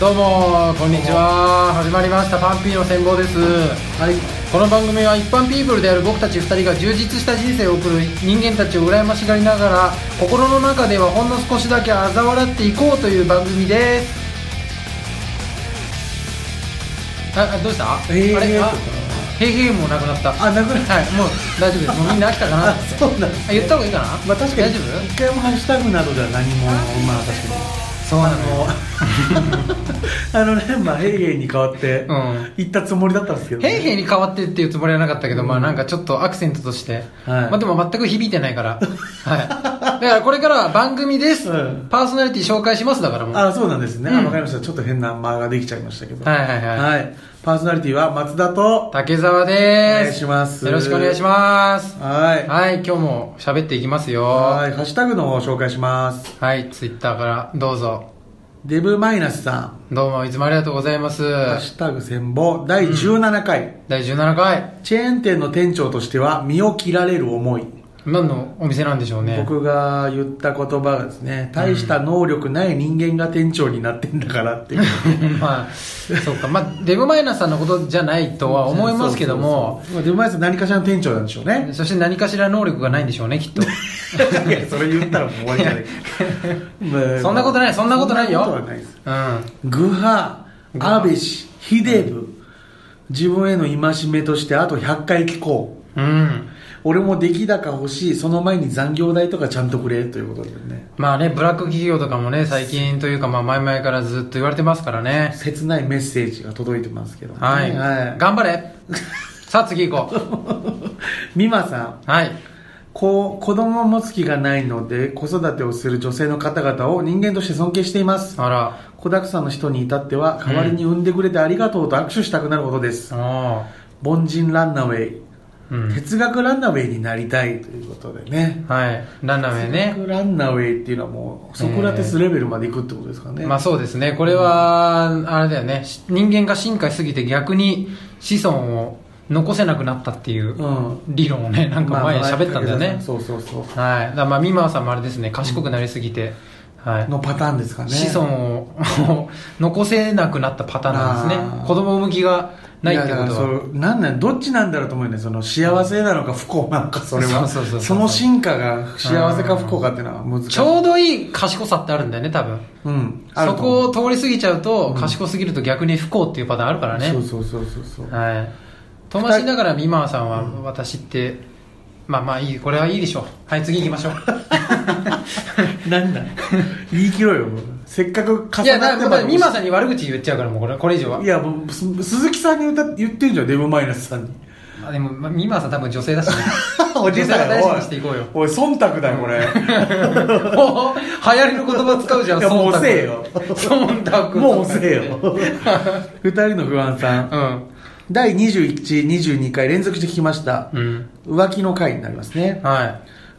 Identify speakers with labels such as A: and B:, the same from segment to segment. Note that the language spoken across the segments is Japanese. A: どうもこんにちは始まりましたパンピーの戦望です
B: はい、
A: この番組は一般ピープルである僕たち2人が充実した人生を送る人間たちを羨ましがりながら心の中ではほんの少しだけ嘲笑っていこうという番組ですああどうした、
B: えー
A: あれあへいへいもなくなった
B: あなくなった
A: はいもう大丈夫ですもうみんな飽きたかな
B: あ
A: っ、て
B: そうなんです、
A: あ言った方がいいかな
B: まあ、確かに
A: 大丈夫
B: 一回もハッシュタグなどでは何も、まあ、確かに。
A: そうなのよ
B: あのあのね、まあ、ヘイヘイに代わって
A: うん、
B: 行ったつもりだったんですけど、ね。
A: へいへいに変わってっていうつもりはなかったけど、
B: うん
A: まあなんかちょっとアクセントとして、
B: はい
A: まあでも全く響いてないから、は い。だからこれからは番組です、
B: うん
A: パーソナリティ紹介しますだからもう。は
B: あ、そうなんですね。
A: うん
B: あわかりました。ちょっと変な間ができちゃいましたけど。
A: いはいはい。
B: はい。パーソナリティは松田と、
A: 竹澤で
B: お
A: す。
B: 願いします。
A: よろしくお願いします。
B: はい。
A: はい、今日も喋っていきますよ。
B: は。
A: はい
B: ハッシュタグの方を紹介します。
A: い、ツイッターからどうぞ。
B: デブマイナスさん、
A: どうもいつもありがとうございます。
B: ハッシュタグ戦望第17回、
A: 第17回、
B: チェーン店の店長としては身を切られる思い。
A: 何のお店なんでしょうね。
B: 僕が言った言葉がですね、大した能力ない人間が店長になってんだからっていう。
A: まあ、そうか。まあ、デブマイナスさんのことじゃないとは思いますけども、
B: そうそうそう。まあデブマイナス何かしらの店長なんでしょうね。
A: そして何かしら能力がないんでしょうね、きっ と。
B: いや それ言ったらもう終わりじゃない まあ
A: そんなことないそんなことないよ
B: そんなことはないです。
A: うん。
B: グハ、安倍氏、秀部、自分への戒めとしてあと100回聞こう。
A: うん。
B: 俺も出来高欲しい、その前に残業代とかちゃんとくれということでね。
A: まあね、ブラック企業とかもね、最近というか、まあ前々からずっと言われてますからね。
B: 切ないメッセージが届いてますけど、
A: はい。
B: はい。
A: 頑 張れさあ次行こう。
B: 美馬さん、
A: はい。
B: こう子供を持つ気がないので子育てをする女性の方々を人間として尊敬しています
A: あら。
B: 子だくさんの人に至っては代わりに産んでくれてありがとうと握手したくなることです、
A: お
B: 凡人ランナウェイ、
A: ーうん。
B: 哲学ランナウェイになりたいということでね
A: はい。ランナウェ
B: 哲
A: イね。
B: 学ランナウェイっていうのはもうソクラテスレベルまでいくってことですかね、
A: まあそうですね。これは、あれだよね。し人間が進化しすぎて逆に子孫を残せなくなったっていう
B: うん
A: 理論をね、なんか前に喋ったんだよ
B: まあ
A: ね。
B: そうそうそ
A: はい。だからまあ、ミマさんもあれですね、賢くなりすぎて、はい。
B: うのパターンですかね
A: 子孫を残せなくなったパターンなんです
B: あ
A: ね
B: ー
A: 子供向きがないってこ
B: やだ
A: と
B: から
A: は
B: それなんなんどっちなんだろうと思うよねその幸せなのか不幸なのかそれは
A: そうそうそうそう
B: の進化が幸せか不幸かっていうのは難しい
A: ちょうどいい賢さってあるんだよね多分
B: うんある
A: そ
B: と
A: こ
B: 思う
A: を通り過ぎちゃうと賢すぎると逆に不幸っていうパターンあるからね、
B: そうそうそうそうそう
A: はい飛ばしながらミマさんは私って、まあまあいいこれはいいでしょうはい次行きまし ょう
B: 何だ言い切ろうよもうせっかく重なって
A: いやだからミマ
B: ん
A: さんに悪口言っちゃうからもうこれこれ以上はい
B: やもうす鈴木さんに歌っ言ってんじゃんデブマイナスさんに
A: あでもまあミマさん多分女性だしね
B: おじさん
A: 女性が大事に
B: が
A: していこうよ
B: おいおい忖度だよこれ
A: もう流行りの言葉使うじゃん
B: いやもう
A: 忖度
B: 遅えよ
A: 忖度
B: もう遅えよ二人の不安さん
A: うん
B: 第21、22回連続して聞きました。
A: うん
B: 浮気の回になりますね。
A: は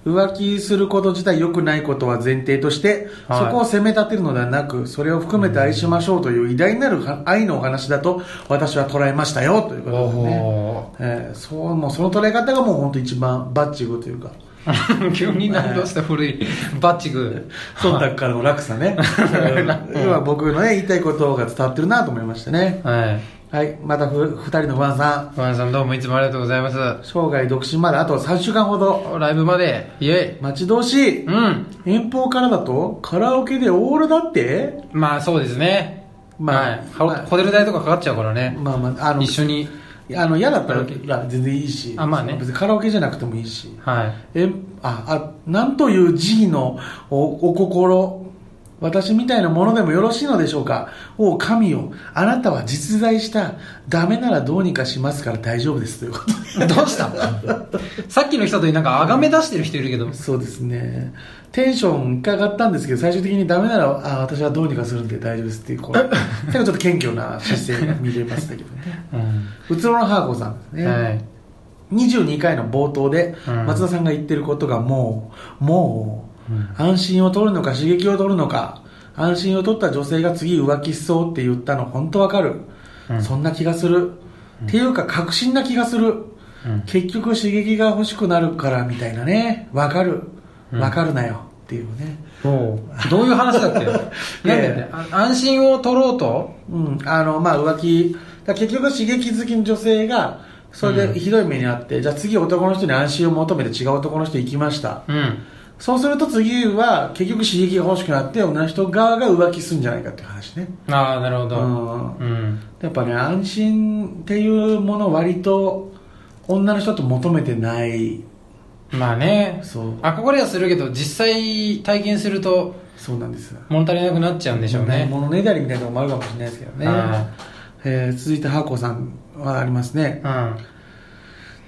B: 浮気すること自体良くないことは前提として、
A: はい
B: そこを責め立てるのではなく、それを含めて愛しましょうという偉大なる愛のお話だと私は捉えましたよ、という
A: い。
B: ことでね。
A: お
B: えーそう、もうその捉え方がもう本当一番バッチグというか、
A: ー急に何とした古いバッチグ。
B: 忖度からの落差 ね。うん要は僕のね、言いたいことが伝わってるなと思いましたね。
A: はい。
B: はい、またふ二人のファンさん。
A: ごめんさんどうもいつもありがとうございます。
B: 生涯独身まであと3週間ほど。
A: ライブまで、イェ
B: 待ち遠し
A: イ。
B: い
A: うん。
B: 遠方からだとカラオケでオールだって
A: まあそうですね。
B: まあ
A: はいホ
B: まあ
A: ホテル代とかかかっちゃうからね。
B: まあまああの
A: 一緒に。
B: あの嫌だった
A: カラオケ
B: ら全然いいし
A: あまあね
B: 別にカラオケじゃなくてもいいし
A: はい。
B: えああなんという慈悲のおお心私みたいなものでもよろしいのでしょうかお神よあなたは実在したダメならどうにかしますから大丈夫ですということで
A: どうしたさっきの人となんかあがめ出してる人いるけど。
B: そうですねテンション伺ったんですけど最終的にダメならあ私はどうにかするんで大丈夫ですっていうこうなんかちょっと謙虚な姿勢が見れましたけどね
A: うん。
B: うつろのハーコさんですね、
A: はい。
B: 22回の冒頭で
A: うん
B: 松田さんが言ってることがもうもう、
A: うん
B: 安心を取るのか刺激を取るのか安心を取った女性が次浮気しそうって言ったの本当わかる、
A: うん
B: そんな気がする、っていうか確信な気がする、
A: うん
B: 結局刺激が欲しくなるからみたいなねわかる
A: うん
B: わかるなよ、っていうね、
A: おうどう いう話だっけなんだっけあ安心を取ろうと
B: うん、あの、まあ、浮気、だ結局刺激好きの女性が、それ
A: うん
B: でひどい目にあって、じゃあ次男の人に安心を求めて違う男の人行きました。
A: うん
B: そうすると次は結局刺激が欲しくなって女の人側が浮気するんじゃないかっていう話ね。
A: ああなるほ
B: う
A: ど
B: ん。
A: うん
B: やっぱね、安心っていうものを割と女の人と求めてない。
A: まあね
B: そう。
A: 憧れはするけど実際体験すると
B: そうなんです。
A: 物足りなくなっちゃうんでしょうね
B: 物ねだりみたいなのもあるかもしれないですけどね
A: はい。
B: えー続いて、ハーコさんはありますね。
A: うん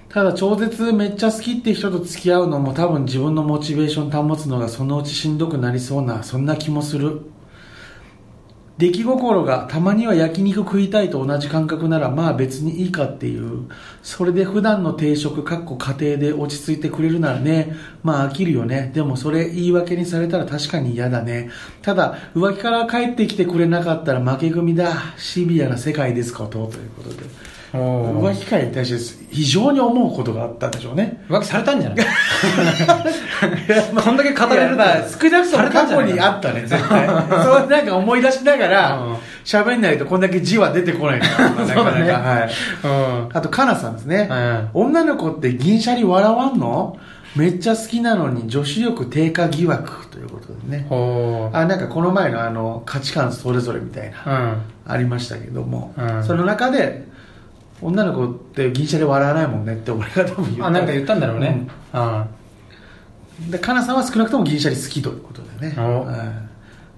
B: ただ超絶めっちゃ好きって人と付き合うのも多分自分のモチベーション保つのがそのうちしんどくなりそうなそんな気もする出来心がたまには焼肉食いたいと同じ感覚ならまあ別にいいかっていうそれで普段の定食かっこ家庭で落ち着いてくれるならねまあ飽きるよねでもそれ言い訳にされたら確かに嫌だねただ浮気から帰ってきてくれなかったら負け組だシビアな世界ですことということで
A: お
B: 浮
A: ー
B: 気界に対して非常に思うことがあったんでしょう ね。
A: 浮気されたんじゃ ない
B: いやまあ少なく
A: こんだけ語れるな
B: とも過去にあったね、絶対。 そうなんか思い出しなが
A: うん
B: ら、喋んないとこんだけ字は出てこないから、 なかなか。
A: そうだね
B: はい、
A: うん
B: あと、かなさんですね。
A: うん
B: 女の子って銀シャリ笑わんのめっちゃ好きなのに女子力低下疑惑ということでね。
A: ほう
B: あ、なんかこの前のあの、価値観それぞれみたいな。
A: うん
B: ありましたけども、
A: うん
B: その中で女の子って銀シャリ笑わないもんねって俺が多分言った
A: あなんか言ったんだろうねうん
B: うんでかなさんは少なくとも銀シャリ好きということでね、
A: お
B: うん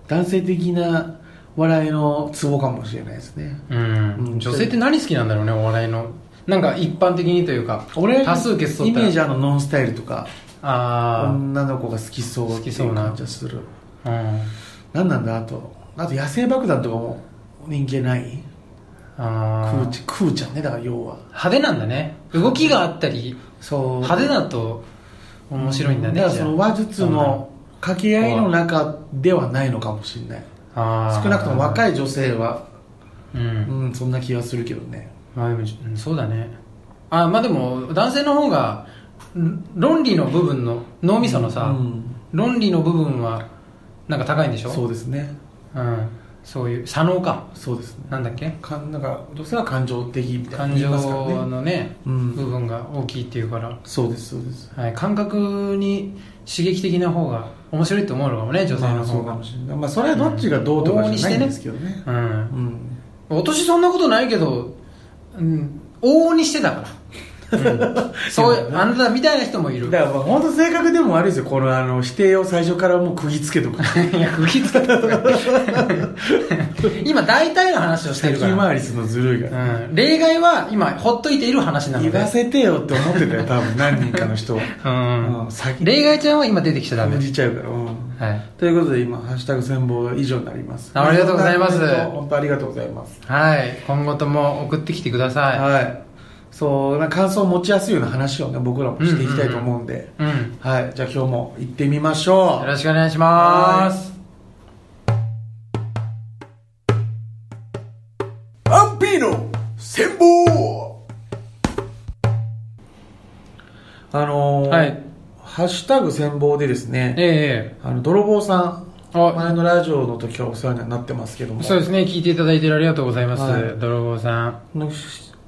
B: 男性的な笑いのツボかもしれないですね
A: うん女性って何好きなんだろうねお笑いのなんか一般的にというか
B: 俺
A: 多数決取
B: イ
A: った
B: メ
A: ら
B: ージあのノンスタイルとか
A: あ
B: 女の子が好きそうって
A: 好き
B: い
A: そう
B: う
A: な
B: 感じがする
A: あうん
B: 何なんだあとあと野生爆弾とかも人気ないク
A: あ
B: ー
A: ー
B: ちクーちゃんねだから要は
A: 派手なんだね動きがあったり
B: そう
A: 派手だと面白いんだね
B: からその話術の掛け合いの中ではないのかもしれない少
A: 少
B: なくとも
A: い
B: 若い女性は
A: う
B: うんんそんな気がするけどね
A: まあでもうんそうだねあーまあでも男性の方がん論理の部分の脳みそのさ
B: うん
A: 論理の部分はなんか高いんでしょ
B: そうですね
A: うんそういう左脳か
B: そうですね
A: なんだっけ
B: かなんか女性は感情的みたいな
A: 感
B: 言い
A: 情
B: ますからね
A: のね
B: うん
A: 部分が大きいっていうから、
B: そうですそうです
A: はい、感覚に刺激的な方が面白いと思うのかもね女性
B: ま
A: の
B: あそ
A: 方
B: うか
A: が
B: もしれないまあそれはどっちがどうとかじゃないんですけどね
A: う
B: うんん
A: 私そんなことないけど、うん、往々にしてたから、うんそういうあなたみたいな人もいる
B: だからまあ本当性格でも悪いですよこのあの否定を最初からもう釘付け とく
A: いや釘付けたとか今大体の話をしてる
B: 先
A: か
B: 回
A: ら、
B: りするのずるいから
A: うん、例外は今ほっといている話なの
B: 言
A: で
B: わせてよって思ってたよ多分何人かの人は
A: うん
B: うん先
A: 例外ちゃんは今出てきちゃダメ
B: 感、じちゃうから、うん
A: はい
B: ということで今「ハッシュタグ戦法」以上になります
A: ありがとうございます
B: 本当ありがとうございます
A: はい、今後とも送ってきてくだ
B: は
A: さい。
B: い、そうな感想を持ちやすいような話をね僕らもしていきたいと思うんで、
A: うん、
B: はいじゃあ今日も行ってみましょ
A: よ
B: う
A: ろしくお願いします。
B: アンピーの戦法あのー
A: はい
B: ハッシュタグ戦法」でですね
A: え
B: あの泥棒さん
A: えあ、
B: 前のラジオの時はお世話になってますけども
A: そうですね、聞いていただいてるありがとうございます、
B: はい
A: 泥棒さん。
B: の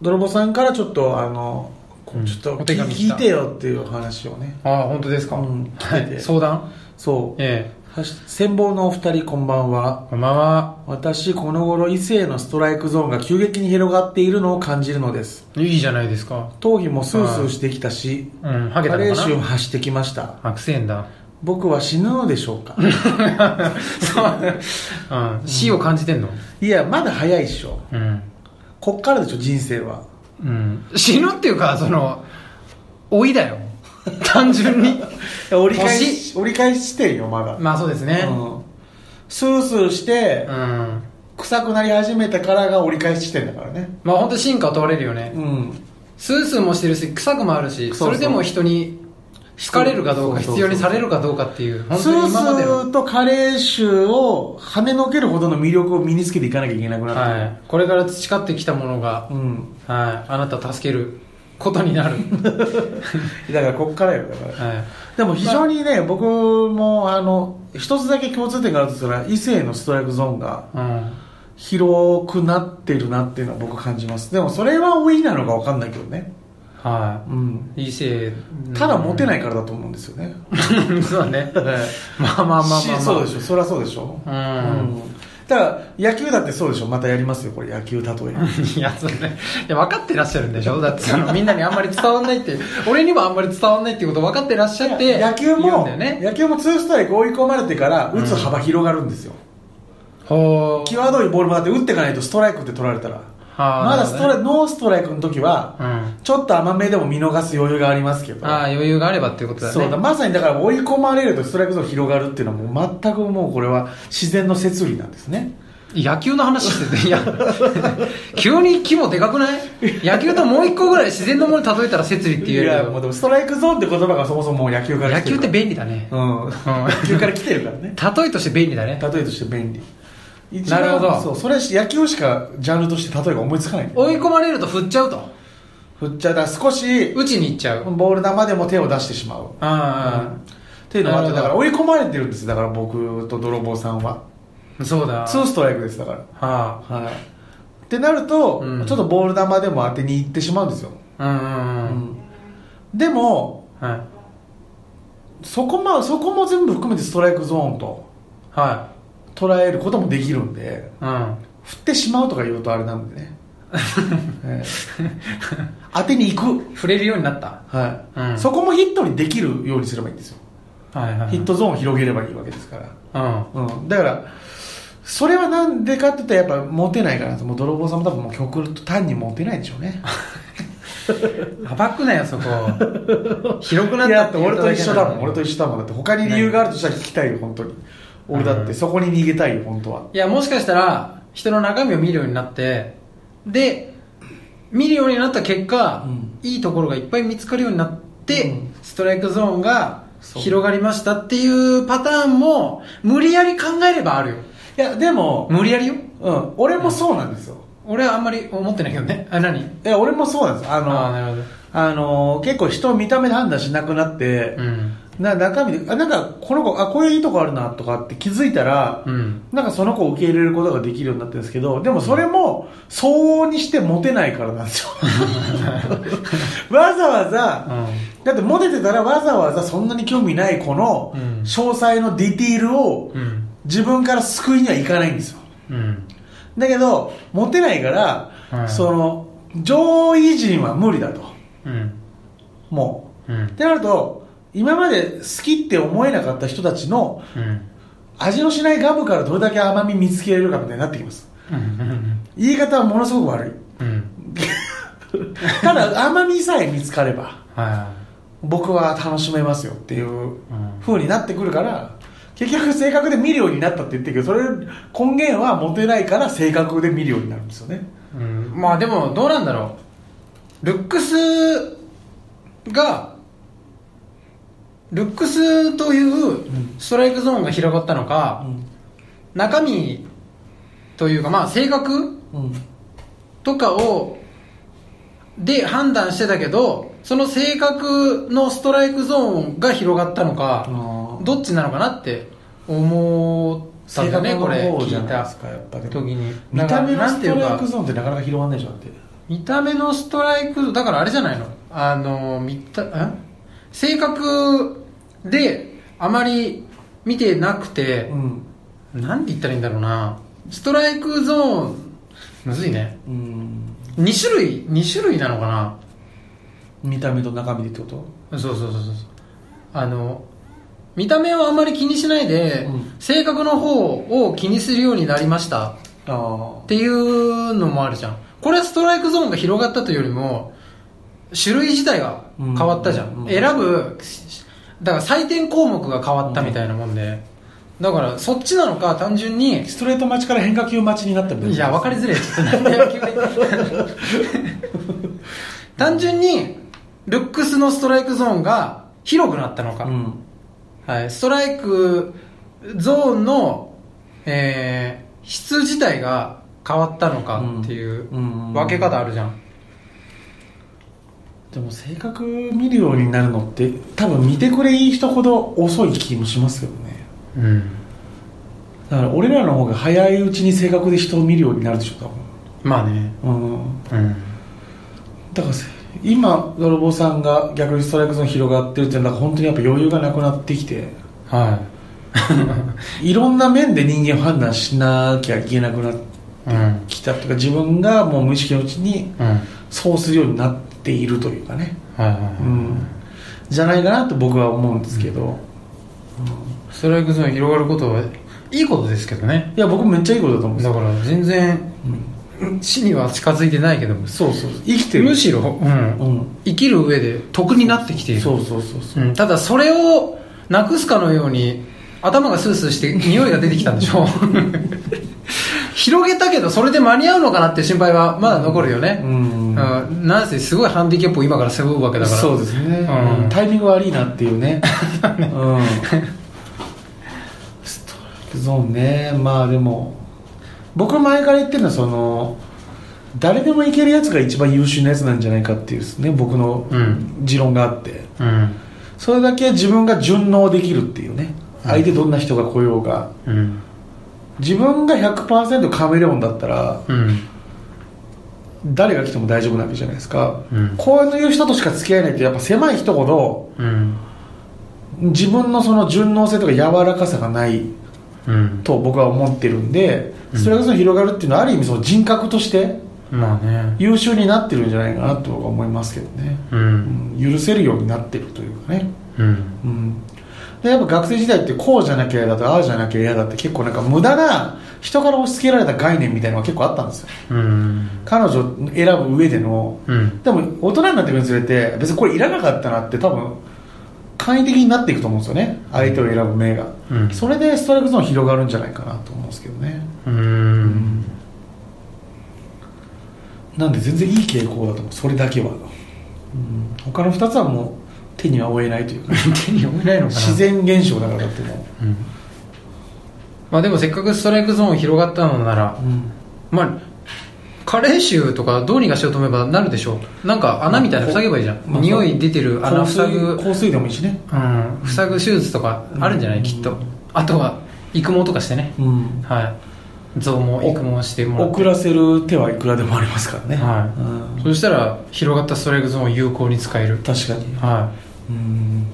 B: 泥棒さんからちょっとあのこ
A: う
B: うんちょっと
A: お手紙来
B: 聞
A: た
B: いてよっていう話をね
A: あ、本当ですか。
B: うん
A: は
B: 来て
A: い、
B: て
A: 相談
B: そう
A: え
B: はし戦望のお二人こんばん
A: え
B: は
A: こんばんは。
B: 私この頃異性のストライクゾーンが急激に広がっているのを感じるのです
A: いいじゃないですか。
B: 頭皮もスースーしてきたし
A: うん、
B: 加
A: ハゲたの
B: 齢
A: か
B: 臭も
A: な
B: 発してきました
A: 悪せえんだ。
B: 僕は死ぬのでしょうか
A: うん、死を感じてんの
B: いやまだ早いっしょ
A: うん。
B: こっからでしょ人生は
A: うん。死ぬっていうか、その、老いだ よ。単純に。
B: いや折り返し折り返ししてるよまだ、
A: まあそうですね。
B: うんスースーして、
A: うん。
B: 臭くなり始めてからが折り返し地点だからね
A: まあ本当進化を問われるよね。
B: うん
A: スースーもしてるし臭くもあるし
B: そうそう
A: それでも人に好かれるかどうか
B: そうそうそう
A: 必要にされるかどうかっていう本
B: ス
A: 当
B: ース
A: に今までの、
B: ーと加齢臭を跳ねのけるほどの魅力を身につけていかなきゃいけなくなって
A: はい、これから培ってきたものが、
B: うん
A: はい、あなたを助けることにな る
B: だからここからよだから
A: はい
B: でも非常にね、僕もあの一つだけ共通点があるとしたら異性のストライクゾーンが
A: うん
B: 広くなってるなっていうのは僕感じますでもそれは多いなのか分かんないけどね
A: は
B: うん
A: い異性
B: ただモテないいからだと思うんですよね
A: そうだね
B: まあ
A: まあまあまあまあまあ
B: そうでしょそりゃそうでしょ
A: う
B: うんただ野球だってそうでしょまたやりますよこれ野球例え
A: いや、それね。いや、分かってらっしゃるんでしょだって、その、みんなにあんまり伝わんないっていう、俺にもあんまり伝わんないっていうこと分かってらっしゃって、
B: 野球
A: 言うん
B: も、
A: だよね。
B: 野球もツーストライク追い込まれてから打つ幅広がるんですよ、
A: ほー。
B: 際どいボールもだって打っていかないとストライクって取られたら
A: は
B: まだストライ
A: イ
B: クノーストライクの時は、
A: うん。
B: ちょっと甘めでも見逃す余裕がありますけど。
A: ああ、余裕があればっていうことだね。
B: そうだ、まさにだから追い込まれるとストライクゾーン広がるっていうのはもう全くもうこれは自然の摂理なんですね。
A: 野球の話してて、いや、急に規模でかくない野球ともう一個ぐらい自然のものに例えたら説理って
B: い
A: 言える
B: や、
A: よ
B: もうでもストライクゾーンって言葉がそもそももう野球から
A: 野
B: 来て
A: 球
B: る。
A: って便利だね。
B: うん。野球から来てるからね。
A: 例えとして便利だね。
B: 例えとして便利。一
A: な
B: 番
A: るほど
B: そう、それし野球しかジャンルとして例えが思いつかない。
A: 追い込まれると振っちゃうと。
B: 振っちゃう。だから少し、
A: 打ちに行っちゃう。
B: ボール球でも手を出してしまう。
A: あ
B: っていうのがあって、
A: な
B: だ
A: る
B: から
A: ほど
B: 追い込まれてるんですだから僕と泥棒さんは。
A: あ、そうだ。
B: ツーストライクです、だから。
A: は
B: はい、ってなると、
A: うん
B: ちょっとボール球でも当てに行ってしまうんですよ、
A: あ。うんうんうん。
B: でも
A: はい。
B: そこ,、ま、そこも全部含めてストライクゾーンと
A: は
B: 捉えることもできるんで
A: い。うん。
B: 振ってしまうとか言うとあれなんでね、 ええ当てに行く
A: 触れるようになった。
B: はい
A: うん
B: そこもヒットにできるようにすればいいんですよ、
A: はいはいはい。
B: ヒットゾーンを広げればいいわけですから、
A: うん。
B: うん、だからそれはなんでかって言ったらやっぱモテないからもう泥棒さんも多分もう極端にモテないんでしょう ね
A: 暴くなよ、そこ。広くなっ
B: い
A: た
B: や
A: っ
B: ってて
A: 言っ
B: 俺
A: ただ
B: と
A: け
B: 一緒だもん俺と一緒だもんだって他に理由があるとしたら聞きたいよ本当に俺だっ
A: う
B: て
A: ん
B: そこに逃げたいよ本当はい
A: や、もしかしたら、人の中身を見るようになって、で、見るようになった結果、
B: うん
A: いいところがいっぱい見つかるようになって、
B: うん
A: ストライクゾーンが
B: そう
A: 広がりましたっていうパターンも、無理やり考えればあるよ。
B: いやでも、
A: 無理やりよ。
B: うん、俺もそうなんですよ、
A: 俺はあんまり思ってないけどね。あ、何
B: いや俺もそうなんですあの
A: あー
B: あ
A: なるほど。
B: の結構人を見た目で判断しなくなって、
A: うん。
B: な中身であなんかこの子あこういういいとこあるなとかって気づいたら、
A: うん。
B: なんかその子を受け入れることができるようになってるんですけど、でもそれも相応にしてモテないからなんです よ。わざわざ、
A: う
B: だってモテてたらわざわざそんなに興味ない子の
A: うん
B: 詳細のディティールを
A: ん。うん。
B: 自分から救いにはいかないんですよ
A: うん。
B: だけどモテないから、
A: はい
B: その上位陣は無理だと
A: うん。
B: も
A: う。
B: うんってなると今まで好きって思えなかった人たちの
A: うん。
B: 味のしないガムからどれだけ甘み見つけれるかみたいになってきます
A: うん。
B: 言い方はものすごく悪い
A: うん。
B: た だ甘みさえ見つかれば
A: は
B: 僕は楽しめますよっていう
A: い。うん。
B: 風になってくるから結局性格で見るようになったって言ってるけどそれ根源はモテないから性格で見るようになるんですよね
A: うん、まあでもどうなんだろうルックスがルックスというストライクゾーンが広がったのか、中身というかまあ性格
B: うん
A: とかをで判断してたけどその性格のストライクゾーンが広がったのか、
B: ど
A: どっちなのかなって思ったんだねこれ
B: じゃ
A: 聞い
B: ない
A: た
B: ですかやっぱで
A: 時
B: も
A: に
B: 見た目の
A: なん
B: ス
A: ていう
B: トライ
A: か
B: クゾーンってなかなか広がんないでしょだって
A: 見た目のストライクだからあれじゃないのあの見たん性格であまり見てなくて
B: う、ん
A: なんて言ったらいいんだろうなストライクゾーンむずいね
B: うん
A: 2種類2種類なのか
B: 見た目と中身でってこと
A: なそうそうそうそうあの見た目をあまり気にしないで、
B: うん
A: 性格の方を気にするようになりました
B: あ
A: っていうのもあるじゃんこれはストライクゾーンが広がったというよりも種類自体が変わったじゃん、
B: うんうん
A: 選ぶだから採点項目が変わったみたいなもんで、だからそっちなのか単純に
B: あストレート待ちから変化球待ちになったみたいない
A: や分かりづらいちょっとなんで野球で 単純にルックスのストライクゾーンが広くなったのか、
B: うん
A: はい、ストライクゾーンの、えー質自体が変わったのかっていう
B: うんうん
A: 分け方あるじゃん、
B: でも性格見るようになるのって多分見てくれいい人ほど遅い気もしますけどね
A: うん
B: だから俺らの方が早いうちに性格で人を見るようになるでしょ多
A: まあね
B: 分うん
A: うん
B: だからせ今泥棒さんが逆にストライクゾーン広がってるっていうのはなんか本当にやっぱ余裕がなくなってきて
A: はい
B: ろんな面で人間を判断しなきゃいけなくなって
A: いうん
B: きたというか自分がもう無意識のうちに
A: うんはい
B: そうするようになっているというかね、
A: はい
B: うん
A: は
B: じゃないかなと僕は思うんですけど、
A: いストライクゾーン広がることはいいことですけどね
B: いや僕めっちゃいいことだと思うんです
A: だ
B: よ、
A: から全然死には近づいてないけども
B: そうそう生きてる
A: むしろ、うん
B: うん
A: 生きる上で得になってきている
B: そうそうそうそう
A: うん、ただそれをなくすかのように頭がスースーして匂いが出てきたんでしょう広げたけどそれで間に合うのかなって心配はまだ残るよね、
B: うん
A: うんなんせすごいハンディキャップを今から背負うわけだから
B: そうですね、
A: うん
B: うんタイミング悪いなっていう ねうんストライクゾーンねまあでも僕前から言ってるのはその誰でもいけるやつが一番優秀なやつなんじゃないかっていうですね僕の
A: うん
B: 持論があって、
A: うん
B: それだけ自分が順応できるっていうね
A: うん
B: 相手どんな人が来ようが
A: うん
B: 自分が100%カメレオンだったら
A: うん
B: 誰が来ても大丈夫なわけじゃないですか、
A: うん
B: こういう人としか付き合えないってやっぱ狭い人ほど
A: うん
B: 自分のその順応性とか柔らかさがない
A: うん
B: と僕は思ってるんで、
A: うん
B: それがその広がるっていうのはある意味その人格として
A: まあね
B: 優秀になってるんじゃないかなと僕は思いますけどね、
A: う
B: うんん、許せるようになってるというかね、
A: うん
B: うん、でやっぱ学生時代ってこうじゃなきゃ嫌だとああじゃなきゃ嫌だって結構なんか無駄な人から押し付けられた概念みたいなのが結構あったんですよ
A: うん
B: 彼女を選ぶ上での
A: うん
B: でも大人になってくにつれて別にこれいらなかったなって多分簡易的になっていくと思うんですよね相手を選ぶ目が、
A: うん
B: それでストライクゾーン広がるんじゃないかなと思うんですけどね
A: うん
B: なんで全然いい傾向だと思うそれだけは、うん、他の2つはもう手には負えないというか
A: 手に負えないのかな
B: 自然現象だからだっても
A: うんまあでもせっかくストライクゾーン広がったのなら
B: う、うん
A: まあ、加齢臭とかどうにかしようと思えばなるでしょうなんか穴みたいなの塞げばいいじゃん、
B: まあ
A: 匂い出てる穴
B: 香水
A: 塞ぐ、うん、
B: 香水でもいいしね
A: 塞ぐ手術とかあるんじゃない、
B: うん
A: きっとあとは育毛とかしてね、
B: うん
A: はい増毛育毛してもらって
B: 遅らせる手はいくらでもありますからね、
A: はい
B: うん
A: そしたら広がったストライクゾーンを有効に使える
B: 確かに
A: は
B: うん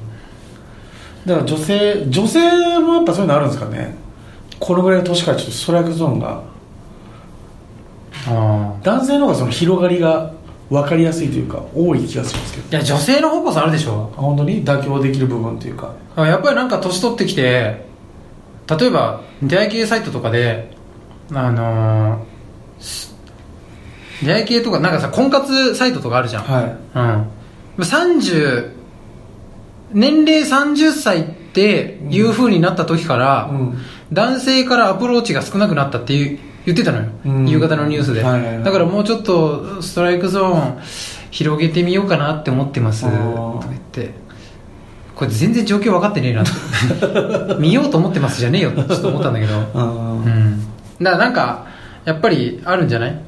B: だから女性女性もやっぱそういうのあるんですかねこのぐらいの年からちょっとストライクゾーンが
A: いあ
B: 男性の方がその広がりが分かりやすいというか多い気がするんですけど
A: いや女性の方こそあるでしょ
B: あ本当に妥協できる部分というか
A: あやっぱりなんか年取ってきて例えば出会い系サイトとかであのーす出会い系とかなんかさ婚活サイトとかあるじゃん、
B: は
A: うん30年齢30歳っていう風になった時から、
B: い、うん、
A: 男性からアプローチが少なくなったっていう言ってたのよ、
B: うん
A: 夕方のニュースで、
B: はいはいはい
A: だからもうちょっとストライクゾーン広げてみようかなって思ってます
B: あ
A: と
B: ー
A: か言ってこれ全然状況分かってねえ なって見ようと思ってますじゃねえよってちょっと思ったんだけど
B: うん
A: うんだからなんかやっぱりあるんじゃない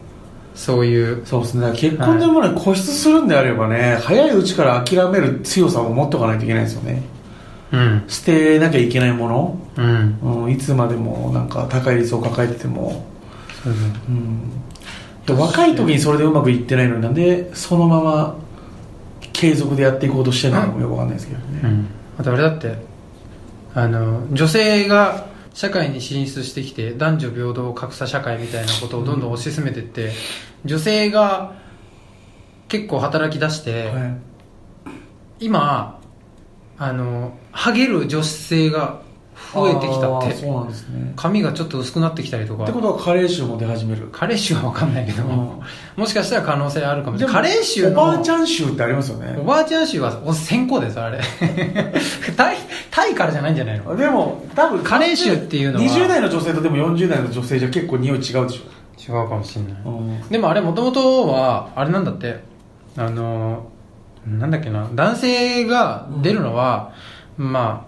A: そういう
B: そうですねだから結婚でもね、固執するんであればね早いうちから諦める強さを持っておかないといけないですよね
A: うん
B: 捨てなきゃいけないもの
A: うん
B: うん、いつまでもなんか高い率を抱えてても、
A: そうそう
B: うん、で若い時にそれでうまくいってないのになんでそのまま継続でやっていこうとしてるのかもよくわかんないですけどね、
A: あとあれだってあの女性が社会に進出してきて男女平等格差社会みたいなことをどんどん推し進めてって、女性が結構働き出して、
B: はい
A: 今あのハゲる女性が増えてきた
B: あー
A: っ
B: そ
A: て
B: うなんですね
A: 髪がちょっと薄くなってきたりとか
B: ってことは加齢臭も出始める
A: 加齢臭は分かんないけど、
B: うん
A: もしかしたら可能性あるかもし
B: で
A: れ
B: も
A: ない加齢臭
B: お
A: の
B: ばあちゃん臭ってありますよ
A: お
B: ね
A: ばあちゃん臭はお先行です あれ タイタイからじゃないんじゃないの
B: でも多分
A: 加齢臭っていうのは
B: 20代の女性とでも40代の女性じゃ結構匂い違うでしょ、
A: 違うかもしれない
B: うん
A: でもあれもともとはあれなんだってあのなんだっけな男性が出るのは、ま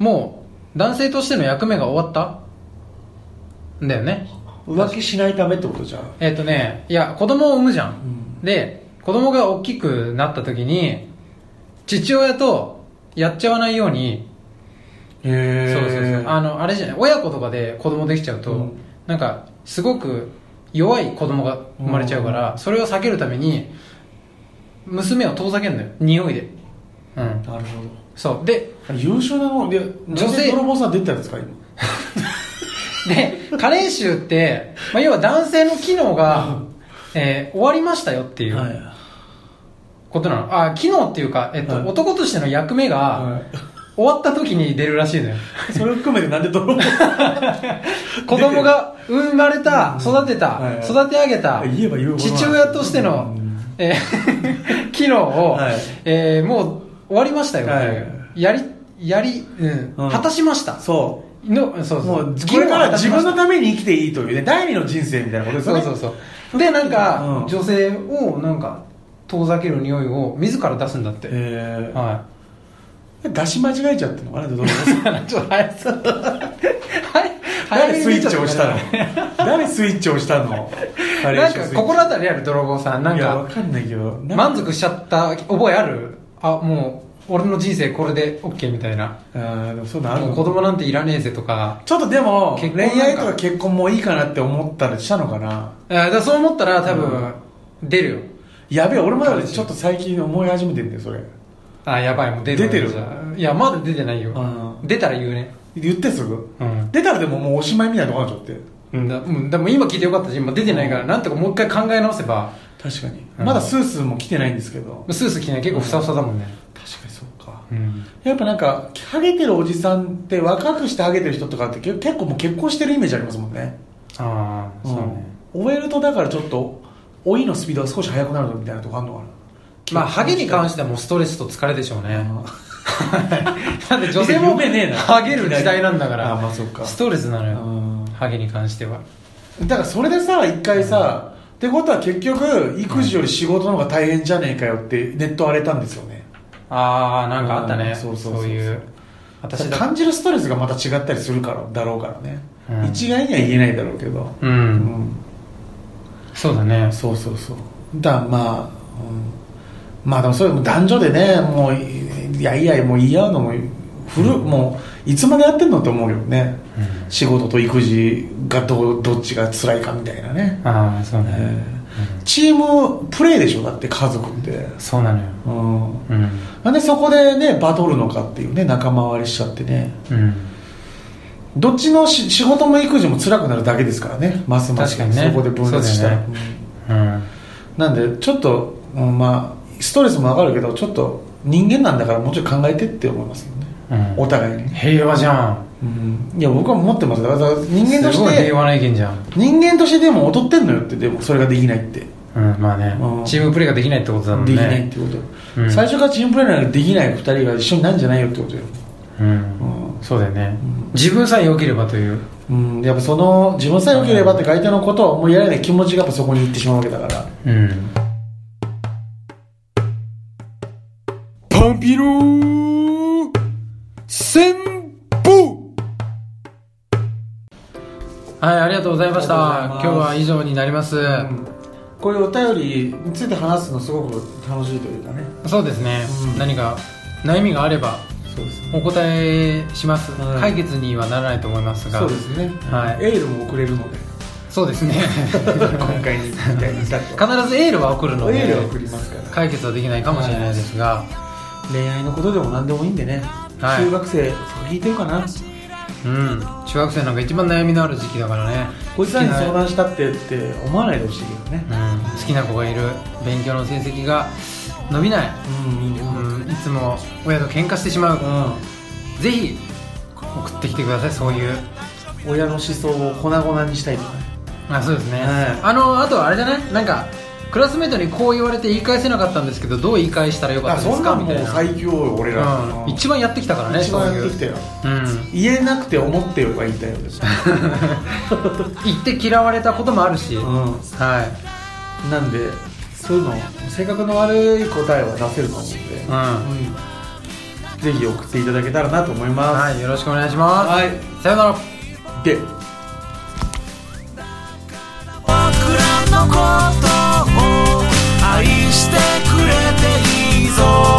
A: あもう男性としての役目が終わったんだよね
B: 浮気しないためってことじゃん、
A: えっ、とねいや子供を産むじゃん、
B: うん
A: で子供が大きくなった時に父親とやっちゃわないように
B: へえ
A: そうそうそうあのあれじゃない親子とかで子供できちゃうと、
B: うん
A: なんかすごく弱い子供が生まれちゃうから、それを避けるために娘を遠ざけるのよ匂いでうん
B: なるほど
A: そうで
B: 優秀なので
A: 女
B: 女
A: 性
B: 性泥棒さん出てたんですか今
A: で加齢臭って、まあ、要は男性の機能
B: う
A: が
B: ん、
A: えー終わりましたよっていう、ことなのあ機能っていうか、えっと
B: はい
A: 男としての役目が、
B: はい
A: 終わった時に出るらしいのよ
B: それを含めてなんで泥棒
A: 子供が生まれた
B: うん
A: 育てた、
B: はいはい
A: 育て上げた
B: 言えば言うほど
A: 父親としての、
B: うん
A: えー 機能を、
B: はい
A: えーもう終わりましたよ、
B: はい
A: やりやり、うん
B: うん
A: 果たしました
B: そ
A: のそう
B: う
A: そ
B: も
A: う
B: うこれから自分の
A: の
B: ために生きていいというね第二の人生みたいなことですよ
A: そう
B: ね
A: そうそうでなんか、
B: うん
A: 女性をなんか遠ざける匂いを自ら出すんだって、
B: えー
A: はい
B: 出し間違えちゃったのかな泥棒さん
A: ちょっと早そう。はい。
B: 誰スイッチ押したの
A: 早めに出ちゃっ
B: 誰スイッチ押 したの
A: たからなんか、心当たりある泥棒さん。なん
B: いやわ
A: か、
B: かんないけどなんか
A: 満足しちゃった覚えあるあ、もう、俺の人生これで OK みたいな。
B: あーでもそういうのある
A: も
B: の
A: う子供なんていらねえぜとか。
B: ちょっとでも
A: 結婚
B: 恋
A: なんか
B: 愛とか結婚もいいかなって思ったりしたのかな
A: えーだからそう思ったら多分、出るよ。
B: やべえ俺もだからちょっと最近思い始めてんだよそれ
A: あ、やばい、もう出るわ。
B: 出てる
A: じゃあいや、まだ出てないよ
B: う。
A: 出たら言うね。
B: 言ってすぐ
A: うん。
B: 出たらでももうおしまいみたいなとこなんでしょって
A: うんだうんでも今聞いてよかったし、今出てないから、なんとかもう一回考え直せば、
B: 確かに
A: うん
B: まだスースーも来てないんですけど
A: スースー着ない結構ふさふさだもんね。
B: 確かにそうか
A: うん。
B: やっぱなんかハゲてるおじさんって若くしてハゲてる人とかって結結構もう結婚してるイメージありますもんね
A: ああ、そうね。
B: うん終えるとだからちょっと老いのスピードが少し速くなるみたいなとこあるのかな
A: まあ、ハゲに関
B: し
A: してはもうストレスと疲れでしょうね。 だって
B: 偽物でねえな
A: ハゲる時代なんだから。
B: あまあそっか
A: ストレスなのよ。
B: うん
A: ハゲに関しては。
B: だからそれでさ一回さ、ってことは結局育児より仕事の方が大変じゃねえかよってネット荒れたんですよね
A: ああ、なんかあったね。
B: うん
A: そ
B: そううそうそうそう
A: いう。私だ。
B: 感じるストレスがまた違ったりするからだろうからね、
A: うん
B: 一概には言えないだろうけど
A: う。
B: うん
A: そうだね。
B: そうそうそうだまあ、うん、まあでもそれも男女でねもういやいやもう言い合うのも古、もういつまでやってんのって思うよね、
A: うん
B: 仕事と育児がどうどっちが辛いかみたいなね、
A: ああ、そう
B: え
A: ね。
B: ーチームプレーでしょだって家族って
A: そうなのよ。
B: うん
A: うん。
B: なんでそこでねバトルのかっていうね仲間割りしちゃってね
A: うん。
B: どっちのし仕事も育児も辛くなるだけですからねますます
A: 確かにね
B: そこで分裂したら、
A: そうだようん。
B: うんなんでちょっと、うんまあストレスもわかるけどちょっと人間なんだからもうちょい考えてって思いますよね
A: うん
B: お互いにね、
A: 平和じゃん。
B: うん、いや僕は思ってますだからだから人間と
A: すご
B: し
A: い
B: て
A: 平和な意見じゃん。
B: 人間としてでも劣ってんのよってでもそれができないって、
A: うん、まあね
B: う。ん
A: チームプレーができないってことだもんね。
B: できないってこと、
A: うん
B: 最初からチームプレーなんかできない2人が一緒になんじゃないよってことよ
A: うん
B: う。ん
A: そうだよね
B: うん。
A: 自分さえ良ければという。
B: うん、やっぱその自分さえ良ければって相手のことを思いやれない気持ちがやっぱそこに行ってしまうわけだから
A: うん。
B: パンピロー戦法
A: はい、ありがとうございました。
B: ありが
A: 今日
B: とうご
A: は
B: ざ
A: 以上になります。
B: こういうお便りについて話すのすごく楽しいというかね
A: そうですね、
B: うん
A: 何か悩みがあれば
B: そうですね
A: お答えします、
B: はい
A: 解決にはならないと思いますが
B: そうですね、
A: はい
B: エールも送れるので
A: そう ですね
B: 今回にみたいにしたと
A: 必ずエールは送るの
B: エー
A: で
B: ルを送りますから
A: 解決はできないかもしれないですが、
B: 恋愛のことでも何でもいいんでね、
A: はい
B: 中学生聞いてるかな
A: うん中学生なんか一番悩みのある時期だからね
B: こいつらに相
A: 好
B: 談したってって思わないでほしいけどね
A: きな、うん、好きな子がいる勉強の成績が伸びない、
B: うんいいね
A: うん、いつも親と喧嘩してしまう、
B: うん
A: ぜひ送ってきてくださいそういう
B: 親の思想を粉々にしたいとかね
A: あそうですね、
B: はい
A: あのあとはあれじゃないなんかクラスメートにこう言われて言い返せなかったんですけどどう言い返したらよかったですかみたいな
B: 強よ俺
A: うん、一番やってきたからね
B: 一番やってき
A: そうい
B: た
A: う
B: よ
A: うん
B: 言えなくて思ってよが言いたいよです、
A: 言って嫌われたこともあるし、は
B: う
A: い
B: ん、なんでそういうの性格の悪い答えは出せると思うんで、
A: うん
B: うんぜひ送っていただけたらなと思いま
A: はいよろしくお願いしま
B: す、、は
A: す
B: い、
A: さよなら
B: で
C: 僕らのことを愛愛してくれていいぞ